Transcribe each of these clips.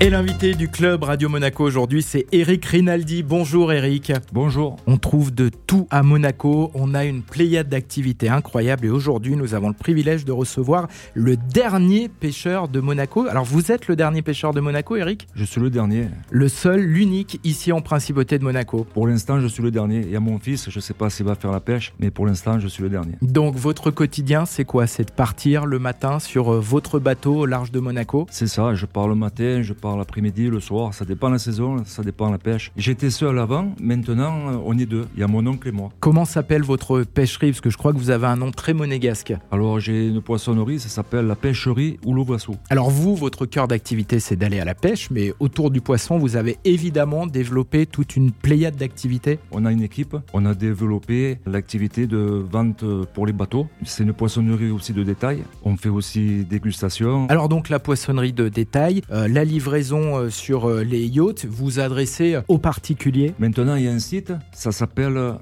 Et l'invité du club Radio Monaco aujourd'hui, c'est Eric Rinaldi. Bonjour Eric. Bonjour. On trouve de tout à Monaco. On a une pléiade d'activités incroyables et aujourd'hui, nous avons le privilège de recevoir le dernier pêcheur de Monaco. Alors, vous êtes le dernier pêcheur de Monaco, Eric Je suis le dernier. Le seul, l'unique ici en principauté de Monaco. Pour l'instant, je suis le dernier. Et à mon fils, je ne sais pas s'il va faire la pêche, mais pour l'instant, je suis le dernier. Donc, votre quotidien, c'est quoi C'est de partir le matin sur euh, votre bateau au large de Monaco C'est ça, je pars le matin, je pars l'après-midi, le soir, ça dépend la saison, ça dépend la pêche. J'étais seul avant, maintenant euh, on est deux, il y a mon oncle et moi. Comment s'appelle votre pêcherie Parce que je crois que vous avez un nom très monégasque. Alors j'ai une poissonnerie, ça s'appelle la pêcherie ou l'oiseau. Alors vous, votre cœur d'activité, c'est d'aller à la pêche, mais autour du poisson, vous avez évidemment développé toute une pléiade d'activités. On a une équipe, on a développé l'activité de vente pour les bateaux. C'est une poissonnerie aussi de détail. On fait aussi dégustation. Alors donc la poissonnerie de détail, euh, la livraison euh, sur euh, les yachts, vous adressez euh, aux particuliers. Maintenant, il y a un site, ça s'appelle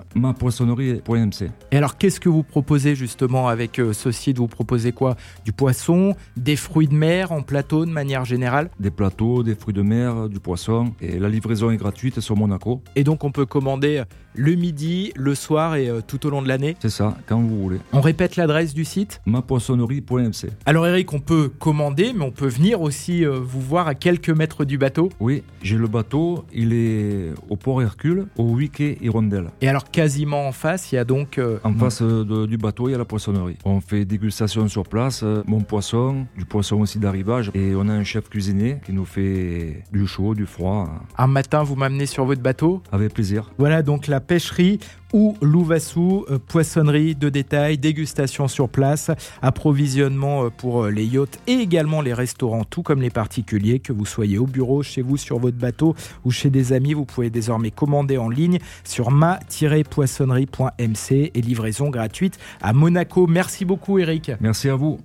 mapoissonnerie.mc. Et alors qu'est-ce que vous proposez justement avec euh, ce site Vous proposez quoi Du poisson, des fruits de mer en plateau de manière générale Des plateaux, des fruits de mer, du poisson. Et la livraison est gratuite sur Monaco. Et donc on peut commander euh, le midi, le soir et euh, tout au long de l'année. C'est ça, quand vous voulez. On répète l'adresse du site Mapoissonnerie.mc. Alors Eric, on peut commander, mais on peut venir aussi euh, vous voir à quelques mètres du bateau. Oui, j'ai le bateau, il est au port Hercule, au Wiquet Hirondelle. Et alors quasiment en face, il y a donc... euh, En face euh, de- du bateau, il y a la poissonnerie. On fait dégustation sur place, euh, mon poisson, du poisson aussi d'arrivage. Et on a un chef cuisinier qui nous fait du chaud, du froid, hein, Un matin, vous m'amenez sur votre bateau. avec plaisir. Voilà donc la pêcherie ou Louvassou, euh, poissonnerie de détail, dégustation sur place, approvisionnement euh, pour euh, les yachts et également les restaurants, tout comme les particuliers, que vous soyez au bureau, chez vous, sur votre bateau ou chez des amis, vous pouvez désormais commander en ligne sur ma-poissonnerie.mc et livraison gratuite à Monaco. Merci beaucoup Eric. Merci à vous.